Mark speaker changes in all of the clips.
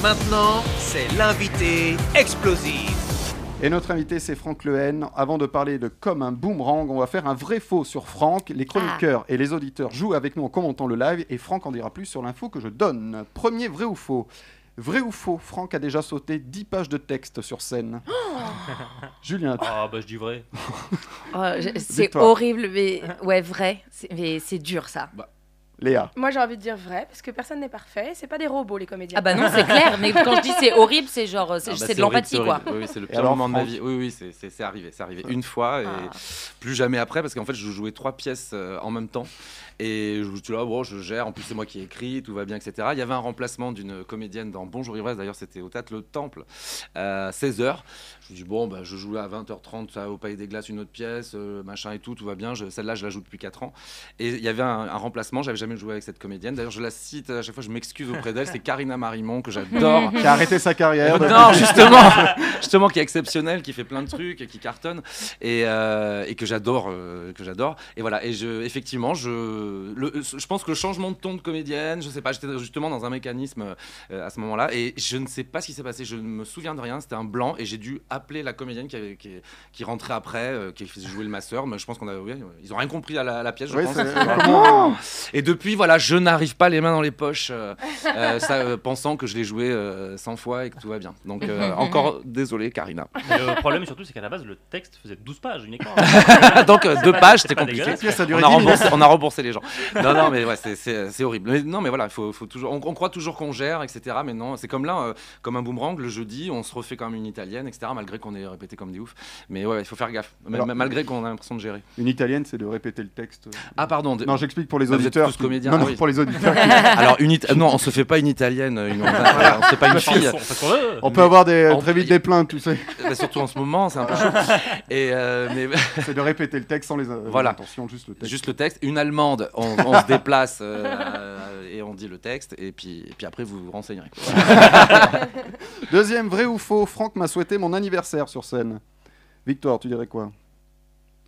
Speaker 1: Maintenant, c'est l'invité explosif.
Speaker 2: Et notre invité, c'est Franck Lehen. Avant de parler de comme un boomerang, on va faire un vrai faux sur Franck. Les chroniqueurs et les auditeurs jouent avec nous en commentant le live et Franck en dira plus sur l'info que je donne. Premier vrai ou faux Vrai ou faux, Franck a déjà sauté 10 pages de texte sur scène. Julien,
Speaker 3: Ah bah je dis vrai.
Speaker 4: Oh, je- c'est
Speaker 2: Victoire.
Speaker 4: horrible, mais
Speaker 5: Hein?
Speaker 4: ouais, vrai. C'est- Mais c'est dur ça.
Speaker 5: Bah.
Speaker 2: Léa,
Speaker 6: Moi, j'ai envie de dire vrai, parce que personne n'est parfait. C'est pas des robots, les comédiens.
Speaker 4: Ah bah non, c'est clair. Mais quand je dis c'est horrible, c'est genre, c'est
Speaker 5: Ah bah,
Speaker 4: c'est
Speaker 5: c'est
Speaker 4: de
Speaker 5: horrible,
Speaker 4: l'empathie
Speaker 5: c'est
Speaker 4: quoi.
Speaker 5: horrible. Oui, oui, c'est le
Speaker 2: Et
Speaker 5: pire
Speaker 2: alors,
Speaker 5: moment de ma
Speaker 2: Franck
Speaker 5: vie. Oui, oui, c'est- c'est c'est arrivé, c'est arrivé une fois et
Speaker 4: Ah.
Speaker 5: plus jamais après parce qu'en fait, je jouais trois pièces euh, en même temps et je me suis dit, ah, bon, je gère. En plus, c'est moi qui ai écrit, tout va bien, etc. Il y avait un remplacement d'une comédienne dans Bonjour Ivresse. D'ailleurs, c'était au Théâtre Le Temple, euh, 16 h Je me dis bon, bah, je joue à 20h30 ça, au Palais des Glaces une autre pièce, euh, machin et tout, tout va bien. Je- Celle-là, je la joue depuis 4 ans et il y avait un, un remplacement. J'avais jamais joué avec cette comédienne. D'ailleurs, je la cite à chaque fois. Je m'excuse auprès d'elle. C'est Karina Marimont que j'adore.
Speaker 2: qui a arrêté sa carrière.
Speaker 5: Euh, non, justement, justement, qui est exceptionnel, qui fait plein de trucs, et qui cartonne et, euh, et que j'adore, euh, que j'adore. Et voilà. Et je, effectivement, je, le- je pense que le changement de ton de comédienne, je sais pas, j'étais justement dans un mécanisme euh, à ce moment-là, et je ne sais pas ce qui s'est passé. Je ne me souviens de rien. C'était un blanc, et j'ai dû appeler la comédienne qui, avait- qui, qui rentrait après, euh, qui faisait jouer le masseur. Mais je pense qu'on avait, oui, ils ont rien compris à la, à la pièce, je
Speaker 2: Oui,
Speaker 5: pense.
Speaker 2: c'est-
Speaker 5: Vraiment. Et depuis, voilà, je n'arrive pas les mains dans les poches, euh, euh, ça, euh, pensant que je l'ai joué euh, 100 fois et que tout va bien. Donc, euh, encore désolé, Karina.
Speaker 3: Mais euh, le problème surtout c'est qu'à la base le texte faisait 12 pages uniquement.
Speaker 5: Donc, euh, deux
Speaker 3: pas-
Speaker 5: pages,
Speaker 3: c'est
Speaker 5: c'était
Speaker 3: pas
Speaker 5: compliqué.
Speaker 2: Cette
Speaker 3: dégueulasse.
Speaker 2: pièce a duré
Speaker 5: On a,
Speaker 2: 10 minutes.
Speaker 5: remboursé, on a remboursé les gens. Non, non, mais ouais, c'est- c'est c'est horrible. Mais non, mais voilà, faut, faut toujours, on, on croit toujours qu'on gère, etc. Mais non, c'est comme là, euh, comme un boomerang, le jeudi, on se refait comme une italienne, etc. Malgré qu'on ait répété comme des oufs. Mais ouais, il faut faire gaffe. Ma-
Speaker 2: Alors-
Speaker 5: malgré qu'on a l'impression de gérer.
Speaker 2: Une italienne, c'est de répéter le texte.
Speaker 5: Ah, pardon. de-
Speaker 2: Non, j'explique pour les
Speaker 5: Ah, vous êtes
Speaker 2: auditeurs.
Speaker 5: tous comédiens,
Speaker 2: Non, non,
Speaker 5: ah oui.
Speaker 2: pour les auditeurs.
Speaker 5: Alors, une Ita- non, on se fait pas une italienne, une... on se fait pas une fille.
Speaker 3: On fait ce qu'on veut.
Speaker 2: Ah, On peut avoir des,
Speaker 5: On-
Speaker 2: très vite des plaintes, tu sais.
Speaker 5: Bah, surtout en ce moment, c'est un peu chaud. Et euh, mais
Speaker 2: C'est de répéter le texte sans les, euh,
Speaker 5: Voilà.
Speaker 2: intentions, juste le texte.
Speaker 5: juste le texte. Une allemande, on, on se déplace euh, et on dit le texte, et puis, et puis après vous vous renseignerez.
Speaker 2: Deuxième, vrai ou faux, Franck m'a souhaité mon anniversaire sur scène. Victor, tu dirais quoi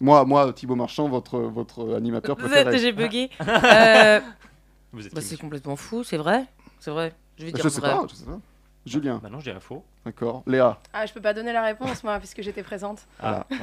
Speaker 2: moi, moi, Thibaut Marchand, votre, votre animateur préféré.
Speaker 4: J'ai bugué. Euh,
Speaker 3: Vous êtes
Speaker 4: bah,
Speaker 3: bah,
Speaker 4: c'est complètement fou, c'est vrai. C'est vrai. Je vais dire
Speaker 2: Je sais
Speaker 4: vrai.
Speaker 2: pas, je sais pas. Julien,
Speaker 3: Bah non, je dirais faux.
Speaker 2: d'accord. Léa,
Speaker 6: Ah, je peux pas donner la réponse, moi, puisque j'étais présente.
Speaker 3: Ah,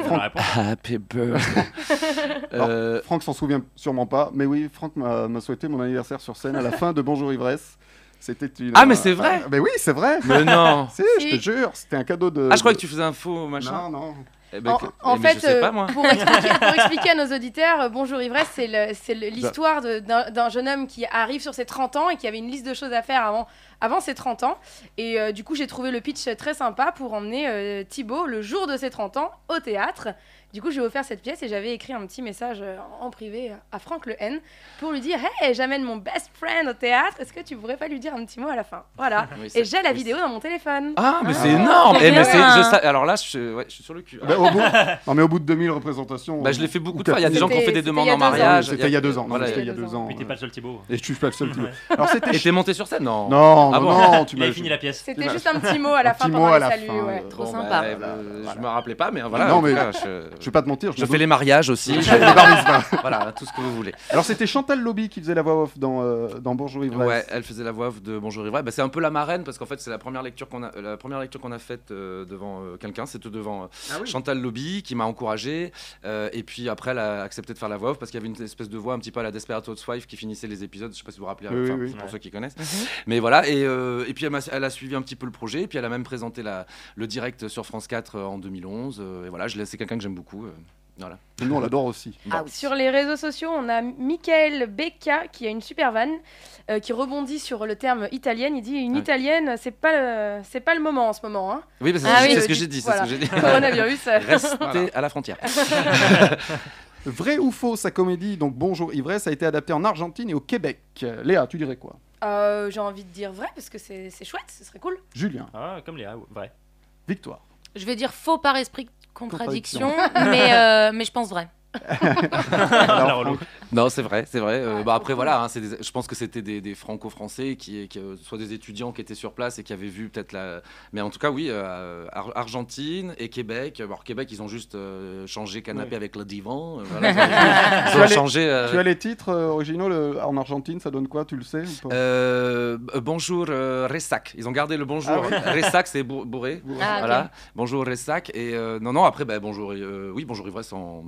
Speaker 2: Franck-
Speaker 3: la réponse.
Speaker 5: Happy birthday. Euh,
Speaker 2: Franck s'en souvient sûrement pas, mais oui, Franck m'a m'a souhaité mon anniversaire sur scène à la fin de Bonjour Ivresse. C'était une. euh,
Speaker 5: Ah, mais c'est vrai
Speaker 2: Mais oui, c'est vrai
Speaker 5: mais non.
Speaker 2: Si, je te jure, c'était un cadeau de.
Speaker 5: Ah, je croyais que
Speaker 2: de-
Speaker 5: tu faisais un faux
Speaker 2: Non,
Speaker 5: machin.
Speaker 2: non.
Speaker 5: Eh ben,
Speaker 6: En,
Speaker 5: que-
Speaker 6: en
Speaker 5: eh, mais
Speaker 6: fait,
Speaker 5: je sais
Speaker 6: euh,
Speaker 5: pas moi.
Speaker 6: pour, expliquer, pour expliquer à nos auditeurs, euh, Bonjour Ivresse, c'est le- c'est
Speaker 5: Bah.
Speaker 6: le- l'histoire de- d'un d'un jeune homme qui arrive sur ses 30 ans et qui avait une liste de choses à faire avant, avant ses 30 ans. Et euh, du coup, j'ai trouvé le pitch très sympa pour emmener euh, Thibaut le jour de ses 30 ans au théâtre. Du coup, j'ai offert cette pièce et j'avais écrit un petit message euh, en privé à Franck Le N pour lui dire Hey, j'amène mon best friend au théâtre, est-ce que tu pourrais pas lui dire un petit mot à la fin Voilà.
Speaker 5: Oui, c'est-
Speaker 6: Et j'ai la
Speaker 5: oui,
Speaker 6: vidéo dans mon téléphone.
Speaker 5: c'est- Ah, mais c'est
Speaker 2: Ah.
Speaker 5: énorme! Eh, mais c'est-
Speaker 4: Bien.
Speaker 5: je sais- Alors là, je, suis- ouais, je suis sur le cul.
Speaker 2: Ben, au bout... Non, mais au bout de 2000 représentations.
Speaker 5: Bah, je l'ai fait beaucoup de fois. Il y a des gens qui ont fait
Speaker 6: C'était-
Speaker 5: des demandes en
Speaker 6: c'était il y a deux ans.
Speaker 5: mariage.
Speaker 2: C'était il y a deux ans. non,
Speaker 5: Voilà.
Speaker 2: c'était il y a deux ans.
Speaker 3: Puis t'es pas le seul Thibaut. hein.
Speaker 2: Et je suis pas le seul. Thibaut. Alors c'était.
Speaker 5: Mmh, Et t'es monté sur scène? Non.
Speaker 2: Non,
Speaker 5: Ah
Speaker 2: non,
Speaker 5: bon
Speaker 2: non, tu
Speaker 3: Il
Speaker 2: m'as.
Speaker 3: avait fini la pièce.
Speaker 2: Tu
Speaker 6: C'était
Speaker 2: m'as-
Speaker 6: juste un petit mot à la
Speaker 2: Un
Speaker 6: fin
Speaker 2: petit
Speaker 6: pendant
Speaker 2: mot à
Speaker 6: le
Speaker 2: la
Speaker 6: salut.
Speaker 2: fin,
Speaker 6: ouais.
Speaker 2: euh,
Speaker 4: Trop
Speaker 5: Bon, bah,
Speaker 4: sympa.
Speaker 5: eh ben,
Speaker 2: Voilà.
Speaker 5: Je me rappelais pas, mais voilà.
Speaker 2: Non,
Speaker 5: en tout
Speaker 2: mais-
Speaker 5: cas, je-
Speaker 2: Je vais pas te mentir.
Speaker 5: Je
Speaker 2: m'en
Speaker 5: fais les mariages aussi.
Speaker 2: doute.
Speaker 5: je-
Speaker 2: Je barbe, voilà.
Speaker 5: voilà, tout ce que vous voulez.
Speaker 2: Alors c'était Chantal Lobby qui faisait la voix off dans euh, dans Bonjour Ivresse.
Speaker 5: Ouais, elle faisait la voix off de Bonjour Ivresse. Bah, c'est un peu la marraine parce qu'en fait c'est la première lecture qu'on a, la première lecture qu'on a faite euh, devant euh, quelqu'un. C'était devant euh,
Speaker 2: Ah
Speaker 5: Chantal Lobby qui m'a encouragé. Euh, et puis après elle a accepté de faire la voix off parce qu'il y avait une espèce de voix un petit peu à la Desperate Housewives qui finissait les épisodes. Je sais pas si vous vous rappelez.
Speaker 2: Oui,
Speaker 5: enfin,
Speaker 2: oui, Mhm. oui.
Speaker 5: Pour
Speaker 3: Ouais.
Speaker 5: ceux qui connaissent. Mais voilà. Et, euh, et puis elle, m'a- elle a suivi un petit peu le projet. Et puis elle a même présenté la, le direct sur France 4 euh, en 2011. Euh, et voilà, je l'ai- c'est quelqu'un que j'aime beaucoup. euh.
Speaker 2: Et Nous on l'adore aussi.
Speaker 4: Ah oui.
Speaker 6: Sur les réseaux sociaux, on a Michael Becca qui a une super vanne euh, qui rebondit sur le terme italienne. Il dit une
Speaker 5: Ouais.
Speaker 6: italienne, c'est pas le- c'est pas le moment en ce moment. Hein.
Speaker 5: Oui, bah, c'est
Speaker 4: Ah
Speaker 5: c'est
Speaker 4: oui,
Speaker 5: ce que
Speaker 6: euh,
Speaker 5: j'ai
Speaker 6: du-
Speaker 5: dit. c'est
Speaker 6: voilà.
Speaker 5: ce que j'ai dit.
Speaker 6: Coronavirus. euh.
Speaker 5: Restez à la frontière.
Speaker 2: Vrai ou faux, sa comédie donc Bonjour Ivresse a été adaptée en Argentine et au Québec. Euh, Léa, tu dirais quoi
Speaker 6: Euh, J'ai envie de dire vrai parce que c'est c'est chouette, ce serait cool.
Speaker 2: Julien,
Speaker 3: Ah, comme Léa, ouais, vrai.
Speaker 2: Victoire.
Speaker 4: Je vais dire faux par esprit de contradiction,
Speaker 2: Contradiction.
Speaker 4: mais, euh, mais je pense vrai.
Speaker 3: La relou.
Speaker 5: Non, c'est vrai, c'est vrai. Euh, bah, après, voilà, hein, c'est des- je pense que c'était des, des franco-français, qui, qui, euh, soit des étudiants qui étaient sur place et qui avaient vu peut-être la. Mais en tout cas, oui, euh, Ar- Argentine et Québec. Bon, Alors, Québec, ils ont juste euh, changé canapé
Speaker 3: Oui.
Speaker 5: avec le divan. euh, voilà, ils ont- ils ont
Speaker 2: Tu as
Speaker 5: changé. euh,
Speaker 2: Tu as les titres euh, originaux le- en Argentine, ça donne quoi Tu le sais ou pas
Speaker 5: euh, b- bonjour euh, Ressac. Ils ont gardé le bonjour.
Speaker 2: Ah
Speaker 5: Ressac, c'est bour- bourré.
Speaker 4: Ah, ok.
Speaker 5: Voilà. Bonjour Ressac. Et euh, non, non, après, bah, bonjour. euh, oui, bonjour Ivresse en,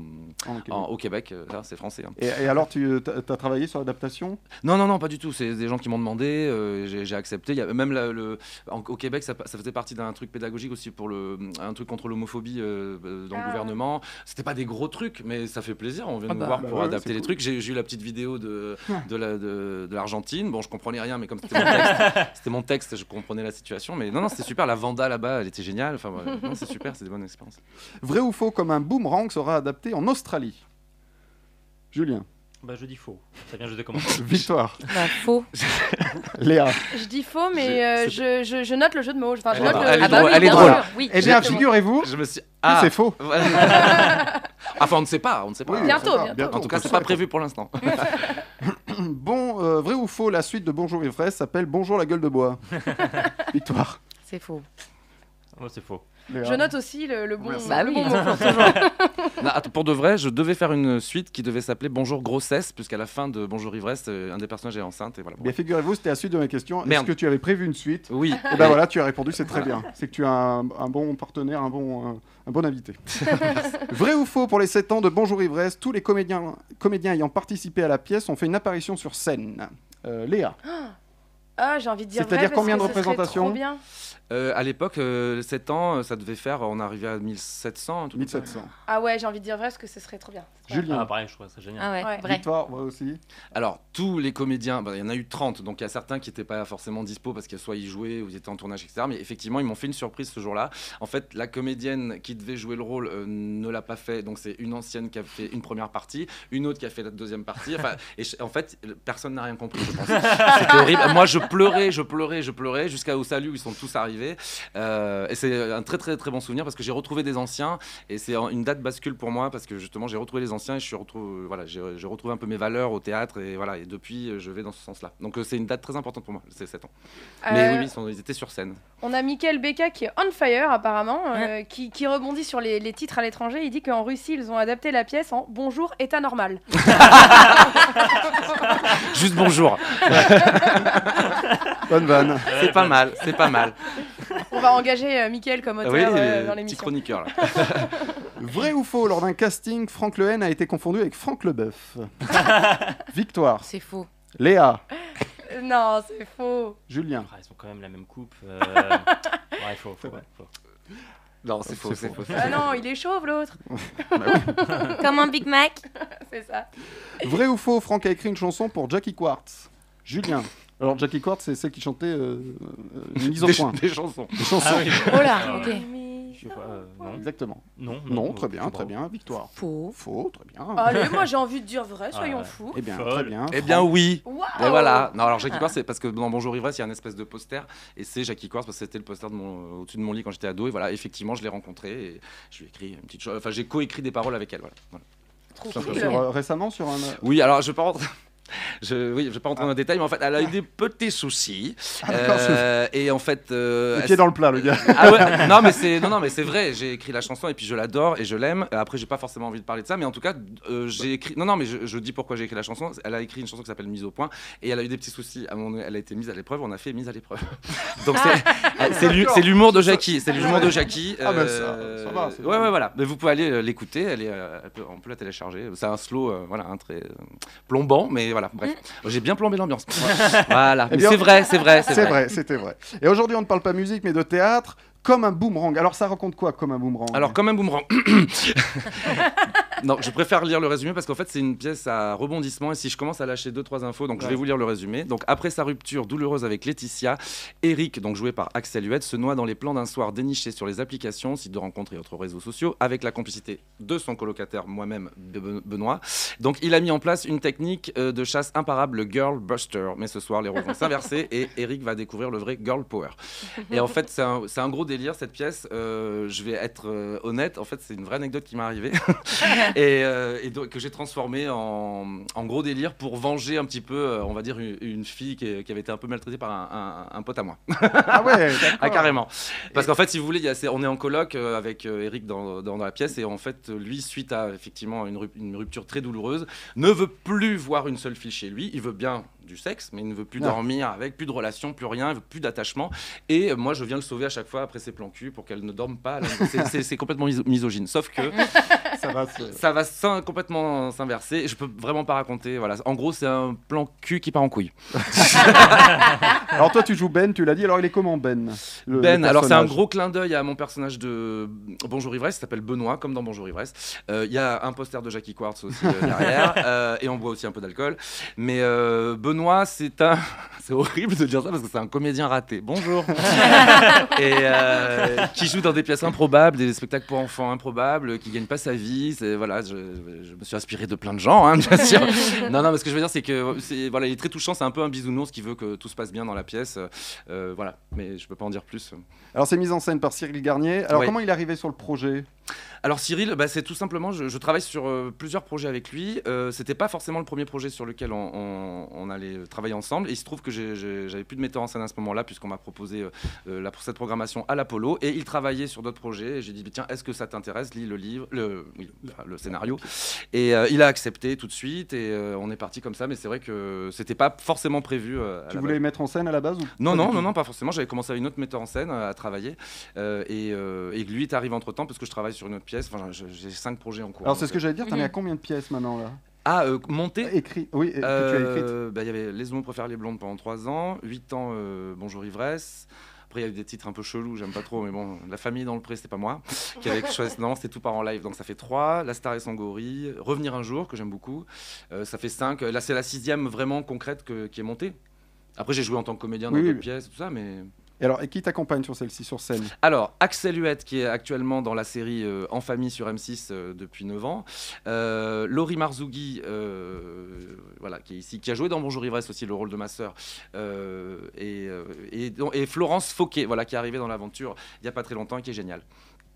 Speaker 2: En Québec.
Speaker 5: en- au Québec. euh, ça, c'est français. hein.
Speaker 2: Et, et alors, tu as travaillé sur l'adaptation
Speaker 5: Non, non, non, pas du tout. C'est des gens qui m'ont demandé, euh, j'ai j'ai accepté. Il y a même la- le, en- au Québec, ça, ça faisait partie d'un truc pédagogique aussi pour le, un truc contre l'homophobie euh, euh, dans
Speaker 6: Ah.
Speaker 5: le gouvernement. C'était pas des gros trucs, mais ça fait plaisir. On vient
Speaker 4: Ah
Speaker 5: nous
Speaker 4: bah.
Speaker 5: voir
Speaker 2: Bah
Speaker 5: pour
Speaker 2: ouais, c'est
Speaker 5: adapter les
Speaker 2: cool.
Speaker 5: trucs. J'ai j'ai eu la petite vidéo de de la- de- de l'Argentine. bon, je comprenais rien, mais comme c'était mon, texte- c'était mon texte, je comprenais la situation. Mais non, non, c'était super. La Vanda là-bas, elle était géniale. Enfin, ouais, non, c'est super, c'est des bonnes expériences.
Speaker 2: Vrai ou faux comme un boomerang sera adapté en Australie Julien,
Speaker 3: Bah, je dis faux. Ça vient juste de commencer.
Speaker 2: victoire.
Speaker 4: Bah, faux.
Speaker 2: Léa.
Speaker 6: Je dis faux, mais euh, je, je- je note le jeu de mots. Enfin, je
Speaker 5: Elle est
Speaker 6: note
Speaker 5: drôle.
Speaker 6: le-
Speaker 5: Ah, Elle est
Speaker 6: ah, bah
Speaker 5: drôle, elle est
Speaker 4: bien
Speaker 5: drôle.
Speaker 4: sûr, Ah bah oui.
Speaker 2: Eh bien,
Speaker 6: Exactement.
Speaker 2: figurez-vous,
Speaker 5: Je me suis.
Speaker 2: que
Speaker 5: Ah,
Speaker 2: c'est faux.
Speaker 5: enfin, on ne sait pas, on ne sait pas.
Speaker 2: Oui,
Speaker 6: Bientôt,
Speaker 2: on sait pas.
Speaker 6: bientôt.
Speaker 5: En tout
Speaker 2: on peut le
Speaker 5: cas, c'est pas
Speaker 2: savoir.
Speaker 5: prévu pour l'instant.
Speaker 2: Bon, euh, vrai ou faux, la suite de Bonjour et Vrai s'appelle Bonjour la gueule de bois. Victoire.
Speaker 4: C'est faux.
Speaker 3: Moi, Oh, c'est faux.
Speaker 2: Léa.
Speaker 6: Je note aussi le, le bon,
Speaker 2: Merci.
Speaker 4: Bah
Speaker 6: le
Speaker 4: oui.
Speaker 6: bon mot.
Speaker 5: Non, att- pour de vrai, je devais faire une suite qui devait s'appeler Bonjour Grossesse, puisqu'à la fin de Bonjour Ivresse, euh, un des personnages est enceinte. Et voilà.
Speaker 2: Bien, figurez-vous, c'était la suite de ma question. Est-ce
Speaker 5: Merde.
Speaker 2: que tu avais prévu une suite
Speaker 5: Oui,
Speaker 2: Et ben voilà, tu as répondu, c'est très bien. C'est que tu as un, un bon partenaire, un bon, euh, un bon invité. Vrai ou faux, pour les 7 ans de Bonjour Ivresse, tous les comédiens, comédiens ayant participé à la pièce ont fait une apparition sur scène. Euh, Léa,
Speaker 6: Ah, j'ai envie de dire vrai,
Speaker 2: C'est-à-dire
Speaker 6: parce
Speaker 2: combien
Speaker 6: que
Speaker 2: de
Speaker 6: ce serait trop
Speaker 2: représentations
Speaker 6: bien.
Speaker 5: Euh, à l'époque, euh, 7 ans, euh, ça devait faire, on arrivait à 1700. un truc comme ça.
Speaker 2: 1700.
Speaker 6: Ah ouais, j'ai envie de dire vrai, parce que ce serait trop bien.
Speaker 3: Ah,
Speaker 2: Julien,
Speaker 3: pareil, je trouve ça génial.
Speaker 4: Ah ouais,
Speaker 6: Ouais.
Speaker 4: vrai.
Speaker 2: victoire, moi aussi.
Speaker 5: Alors, tous les comédiens, bah, il y en a eu 30, donc il y a certains qui n'étaient pas forcément dispo parce que soit ils jouaient ou ils étaient en tournage, etc. Mais effectivement, ils m'ont fait une surprise ce jour-là. En fait, la comédienne qui devait jouer le rôle euh, ne l'a pas fait, donc c'est une ancienne qui a fait une première partie, une autre qui a fait la deuxième partie. Enfin, et je- en fait, personne n'a rien compris, je pense. C'était horrible. Moi, je pleurais, je pleurais, je pleurais jusqu'à au salut où ils sont tous arrivés. Euh, et c'est un très, très, très bon souvenir parce que j'ai retrouvé des anciens et c'est en- une date bascule pour moi parce que justement, j'ai retrouvé les anciens et je suis retrouvé, euh, voilà, j'ai j'ai retrouvé un peu mes valeurs au théâtre et voilà. Et depuis, euh, je vais dans ce sens-là. Donc, euh, c'est une date très importante pour moi, c'est 7 ans. Mais
Speaker 6: Euh,
Speaker 5: oui, oui, ils, sont- ils étaient sur scène.
Speaker 6: On a Michael Becca qui est on fire apparemment, euh, qui, qui rebondit sur les, les titres à l'étranger. Il dit qu'en Russie, ils ont adapté la pièce en Bonjour, état normal.
Speaker 5: Juste bonjour.
Speaker 2: Bonne vanne.
Speaker 5: C'est pas mal, c'est pas mal.
Speaker 6: On va engager euh, Michael comme auteur
Speaker 5: oui,
Speaker 6: euh,
Speaker 5: euh,
Speaker 6: dans
Speaker 5: petit
Speaker 6: l'émission.
Speaker 5: chroniqueur. là.
Speaker 2: Vrai ou faux, lors d'un casting, Franck Lehen a été confondu avec Franck Leboeuf. victoire.
Speaker 4: C'est faux.
Speaker 2: Léa,
Speaker 6: Euh, Non, c'est faux.
Speaker 2: Julien.
Speaker 3: Ah, ils sont quand même la même coupe. euh, ouais, faux, faux, ouais, faux.
Speaker 5: Non, c'est faux, c'est faux.
Speaker 6: Ah non, il est chauve l'autre.
Speaker 4: Comme un Big Mac.
Speaker 6: C'est ça.
Speaker 2: Vrai ou faux, Franck a écrit une chanson pour Jackie Quartz. Julien. Alors Jackie Quartz, c'est celle qui chantait euh, euh, une mise au
Speaker 5: Des
Speaker 2: point.
Speaker 5: ch- des chansons.
Speaker 2: Des chansons.
Speaker 3: Ah oui.
Speaker 4: Oh là, ok.
Speaker 3: Je sais pas, euh, non.
Speaker 2: Exactement.
Speaker 3: Non,
Speaker 2: Non,
Speaker 3: non,
Speaker 2: très
Speaker 3: euh,
Speaker 2: bien, très
Speaker 3: bravo.
Speaker 2: bien. Victoire.
Speaker 4: Faux.
Speaker 2: Faux, très bien.
Speaker 6: Allez, moi j'ai envie de dire vrai,
Speaker 3: Ah
Speaker 6: soyons
Speaker 3: ouais.
Speaker 6: fous.
Speaker 2: Eh bien,
Speaker 3: Folle.
Speaker 2: très bien.
Speaker 5: Eh bien oui.
Speaker 6: Waouh
Speaker 5: Et voilà. Non, alors Jackie Quartz, c'est parce que dans Bonjour Ivresse, il y a un espèce de poster, et c'est Jackie Quartz parce que c'était le poster de mon- euh, au-dessus de mon lit quand j'étais ado. Et voilà, effectivement, je l'ai rencontré et je lui ai écrit une petite chose. Enfin, j'ai coécrit des paroles avec elle. Voilà. Voilà.
Speaker 6: Trop
Speaker 5: Sur-
Speaker 6: cool.
Speaker 2: Sur, euh, récemment, sur un. euh,
Speaker 5: Oui, alors je vais pas rentrer. Je, oui, je vais pas rentrer dans le détail, mais en fait, elle a eu des petits soucis.
Speaker 2: d'accord,
Speaker 5: Euh, et en fait, euh,
Speaker 2: le
Speaker 5: elle
Speaker 2: pied dans le plat, le gars.
Speaker 5: Ah ouais, non mais c'est non non mais c'est vrai, j'ai écrit la chanson et puis je l'adore et je l'aime. Euh, Après j'ai pas forcément envie de parler de ça mais en tout cas euh, j'ai écrit non non mais je, je dis pourquoi j'ai écrit la chanson, elle a écrit une chanson qui s'appelle Mise au point et elle a eu des petits soucis, À un moment donné, elle a été mise à l'épreuve, on a fait mise à l'épreuve. Donc c'est euh, c'est l'hu- c'est l'humour de Jackie, c'est l'humour de Jackie.
Speaker 2: Ah, bah,
Speaker 5: euh,
Speaker 2: ça- ça va, c'est
Speaker 5: Ouais
Speaker 2: bon.
Speaker 5: ouais voilà, mais vous pouvez aller euh, l'écouter, elle est euh, elle peut- on peut la télécharger, c'est un slow euh, voilà, un très euh, plombant mais voilà, bref. J'ai bien plombé l'ambiance. voilà,
Speaker 2: Mm. Eh
Speaker 5: mais
Speaker 2: bien,
Speaker 5: c'est vrai, c'est vrai,
Speaker 2: C'est vrai, c'était vrai. Et aujourd'hui, on ne parle pas musique, mais de théâtre, comme un boomerang. Alors, ça raconte quoi, comme un boomerang
Speaker 5: Alors, quand même, boomerang. non, je préfère lire le résumé parce qu'en fait, c'est une pièce à rebondissement. Et si je commence à lâcher deux, trois infos, donc je vais
Speaker 2: Ouais.
Speaker 5: vous lire le résumé. Donc, après sa rupture douloureuse avec Laetitia, Eric, donc joué par Axel Huet, se noie dans les plans d'un soir déniché sur les applications, sites de rencontres et autres réseaux sociaux, avec la complicité de son colocataire, moi-même, Be- Be- Benoît. Donc, il a mis en place une technique euh, de chasse imparable, le Girl Buster. Mais ce soir, les rôles vont s'inverser et Eric va découvrir le vrai Girl Power. Et en fait, c'est un, c'est un gros délire cette pièce. Euh, je vais être euh, honnête, en fait, c'est une vraie anecdote qui m'est arrivée. et, euh, et donc, que j'ai transformé en, en gros délire pour venger un petit peu, euh, on va dire, une, une fille qui, est- qui avait été un peu maltraitée par un, un- un pote à moi.
Speaker 2: Ah ouais,
Speaker 5: Ah,
Speaker 2: d'accord.
Speaker 5: carrément. Parce qu'en fait, si vous voulez, il y a ces- on est en colloque avec euh, Eric dans, dans- dans la pièce et en fait, lui, suite à effectivement une, rup- une rupture très douloureuse, ne veut plus voir une seule fille chez lui. Il veut bien du sexe, mais il ne veut plus
Speaker 2: Ouais.
Speaker 5: dormir avec, plus de relations, plus rien, il veut plus d'attachement. Et euh, moi, je viens le sauver à chaque fois après ses plans cul pour qu'elle ne dorme pas. Là, c'est- C'est c'est complètement miso- misogyne. Sauf que
Speaker 2: ça va. c'est-
Speaker 5: ça va s'in- complètement s'inverser. Je peux vraiment pas raconter. Voilà. En gros, c'est un plan cul qui part en couille.
Speaker 2: Alors toi, tu joues Ben, tu l'as dit. Alors il est comment Ben le-
Speaker 5: Ben,
Speaker 2: le
Speaker 5: alors c'est un
Speaker 2: personnage
Speaker 5: gros clin d'œil à mon personnage de Bonjour Ivresse, il s'appelle Benoît, comme dans Bonjour Ivresse. Euh, Il y a un poster de Jackie Quartz aussi euh, derrière, euh, et on boit aussi un peu d'alcool. Mais euh, Benoît, c'est un. C'est horrible de dire ça parce que c'est un comédien raté. Bonjour Et euh, qui joue dans des pièces improbables, des spectacles pour enfants improbables, qui gagne pas sa vie. C'est, voilà, je, je me suis inspiré de plein de gens, hein, bien sûr. non, non, mais ce que je veux dire, c'est que c'est, voilà, il est très touchant, c'est un peu un bisounours qui veut que tout se passe bien dans la pièce. Euh, voilà, mais je peux pas en dire plus.
Speaker 2: Alors c'est mis en scène par Cyril Garnier. Alors
Speaker 5: Oui.
Speaker 2: comment il est arrivé sur le projet
Speaker 5: Alors Cyril, bah, c'est tout simplement, je, je travaille sur euh, plusieurs projets avec lui. Euh, C'était pas forcément le premier projet sur lequel on, on- on allait euh, travailler ensemble. Et il se trouve que j'ai- j'ai- j'avais plus de metteur en scène à ce moment-là, puisqu'on m'a proposé euh, euh, la- cette programmation à l'Apollo. Et il travaillait sur d'autres projets. Et j'ai dit, tiens, est-ce que ça t'intéresse Lis le livre, le, oui, enfin, le scénario. Et euh, il a accepté tout de suite. Et euh, on est parti comme ça. Mais c'est vrai que c'était pas forcément prévu. euh, à
Speaker 2: Tu
Speaker 5: la
Speaker 2: voulais mettre en scène à la base ou
Speaker 5: non,
Speaker 2: pas
Speaker 5: non,
Speaker 2: du
Speaker 5: non,
Speaker 2: tout
Speaker 5: non, pas forcément. J'avais commencé à une autre metteur en scène euh, à travailler. Euh, et, euh, et lui est arrivé entre temps parce que je travaille sur une autre pièce. Enfin, je- j'ai cinq projets en cours.
Speaker 2: Alors c'est ce que
Speaker 5: Donc,
Speaker 2: j'allais dire. T'en
Speaker 4: Mhm.
Speaker 2: es à combien de pièces maintenant là
Speaker 5: euh, Ah, euh, monté
Speaker 2: Écrit. Oui, et- que tu as écrites.
Speaker 5: euh, bah, Il y avait Les hommes préfèrent les blondes pendant 3 ans, 8 ans euh, Bonjour Ivresse. Après, il y a eu des titres un peu chelous, j'aime pas trop, mais bon, La famille dans le pré, c'était pas moi. Qui avait choisi- non, c'était tout part en live, donc ça fait 3. La star et son gorille, Revenir un jour, que j'aime beaucoup, euh, ça fait 5. Là, c'est la sixième vraiment concrète que- qui est montée. Après, j'ai joué en tant que comédien dans
Speaker 2: Oui, oui,
Speaker 5: d'autres
Speaker 2: oui.
Speaker 5: pièces, tout ça, mais.
Speaker 2: Et alors et qui t'accompagne sur celle-ci sur scène
Speaker 5: Alors, Axel Huette, qui est actuellement dans la série euh, En famille sur M6 euh, depuis 9 ans. Euh, Laurie Marzougui, euh, voilà, qui est ici, qui a joué dans Bonjour Ivresse aussi, le rôle de ma sœur. Euh, et, euh, et, donc- et Florence Fauquet, voilà, qui est arrivée dans l'aventure il n'y a pas très longtemps et qui est géniale.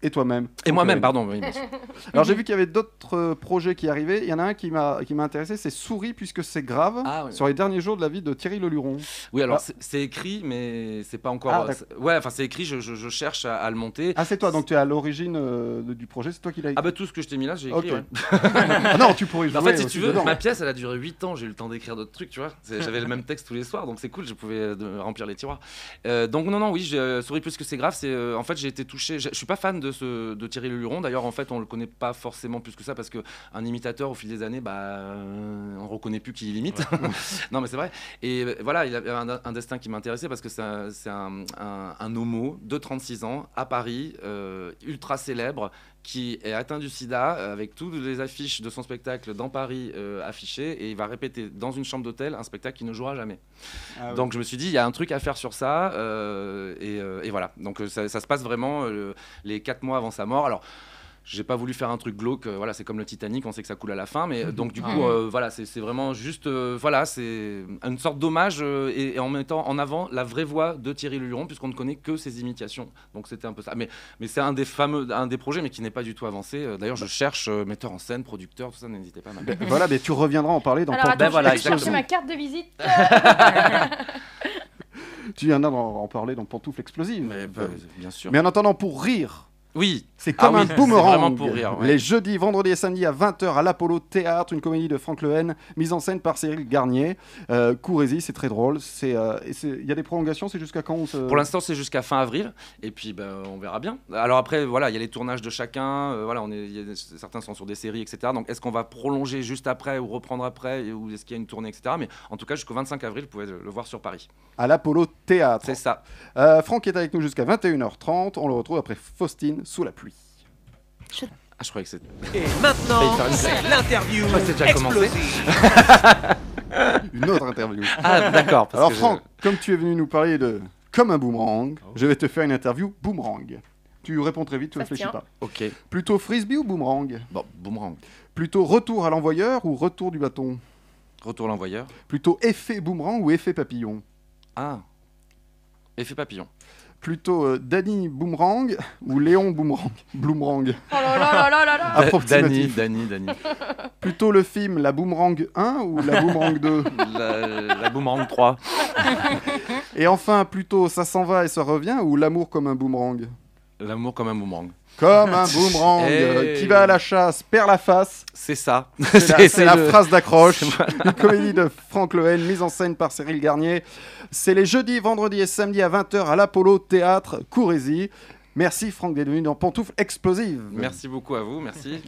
Speaker 2: Et toi-même
Speaker 5: Et
Speaker 2: Corinne.
Speaker 5: moi-même, pardon. oui, bien sûr.
Speaker 2: Alors j'ai vu qu'il y avait d'autres euh, projets qui arrivaient. Il y en a un qui m'a qui m'a intéressé, c'est Souris puisque c'est grave.
Speaker 5: Ah, oui.
Speaker 2: Sur les derniers jours de la vie de Thierry Leluron.
Speaker 5: Oui, alors
Speaker 2: Ah.
Speaker 5: c'est- c'est écrit, mais c'est pas encore.
Speaker 2: Ah,
Speaker 5: euh,
Speaker 2: d'accord.
Speaker 5: c'est- ouais, enfin, c'est écrit, je, je- je cherche à, à le monter.
Speaker 2: Ah, c'est toi, donc tu es à l'origine euh, de- du projet, c'est toi qui l'as
Speaker 5: Ah, bah, tout ce que je t'ai mis là, j'ai écrit.
Speaker 2: Ok.
Speaker 5: ouais.
Speaker 2: Ah non, tu pourrais jouer
Speaker 5: En fait, si
Speaker 2: aussi
Speaker 5: tu veux,
Speaker 2: dedans.
Speaker 5: ma pièce, elle a duré 8 ans. J'ai eu le temps d'écrire d'autres trucs, tu vois. C'est- J'avais le même texte tous les soirs, donc c'est cool. Je pouvais euh, de- remplir les tiroirs. Euh, donc non, non, oui, j'ai- euh, souris plus que c'est grave. C'est euh, en fait, j'ai été touché. Je je suis pas fan de ce de Thierry Leluron. D'ailleurs, en fait, on le connaît pas forcément plus que ça parce que un imitateur au fil des années, bah, euh, on reconnaît plus qui il imite. non, mais c'est vrai. Et euh, voilà, il avait un, un destin qui m'intéressait parce que c'est un, c'est un, un- un homo de 36 ans à Paris, euh, ultra célèbre, qui est atteint du sida euh, avec toutes les affiches de son spectacle dans Paris euh, affichées et il va répéter dans une chambre d'hôtel un spectacle qu'il ne jouera jamais.
Speaker 2: Ah oui.
Speaker 5: Donc je me suis dit, il y a un truc à faire sur ça euh, et, euh, et voilà. Donc euh, ça, ça se passe vraiment euh, les quatre mois avant sa mort. Alors. J'ai pas voulu faire un truc glauque, euh, voilà, c'est comme le Titanic, on sait que ça coule à la fin, mais euh, donc du coup,
Speaker 4: Ah.
Speaker 5: euh, voilà, c'est c'est vraiment juste, euh, voilà, c'est une sorte d'hommage euh, et, et en mettant en avant la vraie voix de Thierry Luron, puisqu'on ne connaît que ses imitations. Donc c'était un peu ça. Mais, mais c'est un des fameux, un des projets, mais qui n'est pas du tout avancé. Euh, D'ailleurs, je cherche euh, metteur en scène, producteur, tout ça, n'hésitez pas. à m'appeler.
Speaker 2: Ben, voilà, mais tu reviendras en parler dans
Speaker 6: Alors
Speaker 2: ton-
Speaker 6: attends,
Speaker 5: Ben voilà,
Speaker 6: je vais chercher
Speaker 5: exactement.
Speaker 6: ma carte de visite.
Speaker 2: Tu viendras en en parler dans Pantoufle Explosive.
Speaker 5: Mais, bah, bien sûr.
Speaker 2: Mais en attendant, pour rire,
Speaker 5: Oui.
Speaker 2: c'est
Speaker 5: Ah
Speaker 2: comme
Speaker 5: oui,
Speaker 2: un
Speaker 5: c'est
Speaker 2: boomerang.
Speaker 5: vraiment pour rire, ouais.
Speaker 2: Les jeudis, vendredis et samedis à 20h à l'Apollo Théâtre, une comédie de Franck Lehen, mise en scène par Cyril Garnier. Euh, Courez-y, c'est très drôle. C'est, euh, et c'est- Il y a des prolongations, c'est jusqu'à quand on se-
Speaker 5: Pour l'instant, c'est jusqu'à fin avril, et puis ben, on verra bien. Alors après, voilà, il y a les tournages de chacun. euh, voilà, on est, il y a des- certains sont sur des séries, etc. Donc, est-ce qu'on va prolonger juste après ou reprendre après, et- ou est-ce qu'il y a une tournée, etc. Mais en tout cas, jusqu'au 25 avril, vous pouvez le le voir sur Paris.
Speaker 2: À l'Apollo Théâtre.
Speaker 5: Ah, C'est ça.
Speaker 2: Euh, Franck est avec nous jusqu'à 21h30. On le retrouve après Faustine sous la pluie.
Speaker 5: Ah, je croyais que c'était.
Speaker 1: Et maintenant,
Speaker 5: Failli faire une
Speaker 1: c'est l'interview
Speaker 5: Ah, c'est déjà commencé.
Speaker 1: explosive.
Speaker 2: Une autre interview.
Speaker 5: Ah, d'accord. parce
Speaker 2: Alors
Speaker 5: que je-
Speaker 2: Franck, comme tu es venu nous parler de comme un boomerang, je vais te faire une interview boomerang. Tu réponds très vite, tu
Speaker 6: Ça se
Speaker 2: réfléchis
Speaker 6: tient.
Speaker 2: pas.
Speaker 5: Ok.
Speaker 2: Plutôt frisbee ou boomerang
Speaker 5: Bon, boomerang.
Speaker 2: Plutôt retour à l'envoyeur ou retour du bâton
Speaker 5: Retour l'envoyeur.
Speaker 2: Plutôt effet boomerang ou effet papillon
Speaker 5: Ah. Effet papillon.
Speaker 2: Plutôt euh, Danny Boomerang ou Léon Boomerang Bloomerang.
Speaker 6: Oh là là là là là là.
Speaker 2: Ah,
Speaker 5: Da-
Speaker 2: pour petit
Speaker 5: Dany,
Speaker 2: motif.
Speaker 5: Dany, Dany.
Speaker 2: Plutôt le film La Boomerang 1 ou La Boomerang 2
Speaker 5: La, la boomerang 3.
Speaker 2: Et enfin, plutôt Ça s'en va et ça revient ou L'amour comme un boomerang
Speaker 5: L'amour comme un boomerang.
Speaker 2: Comme
Speaker 5: Eh.
Speaker 2: un boomerang euh,
Speaker 5: Hey.
Speaker 2: qui va à la chasse, perd la face.
Speaker 5: C'est ça.
Speaker 2: C'est la, c'est la
Speaker 5: le-
Speaker 2: phrase d'accroche. Une comédie de Franck Lohen, mise en scène par Cyril Garnier. C'est les jeudis, vendredis et samedis à 20h à l'Apollo Théâtre. Courez-y. Merci Franck d'être venu dans Pantoufles Explosives.
Speaker 5: Merci beaucoup à vous, merci.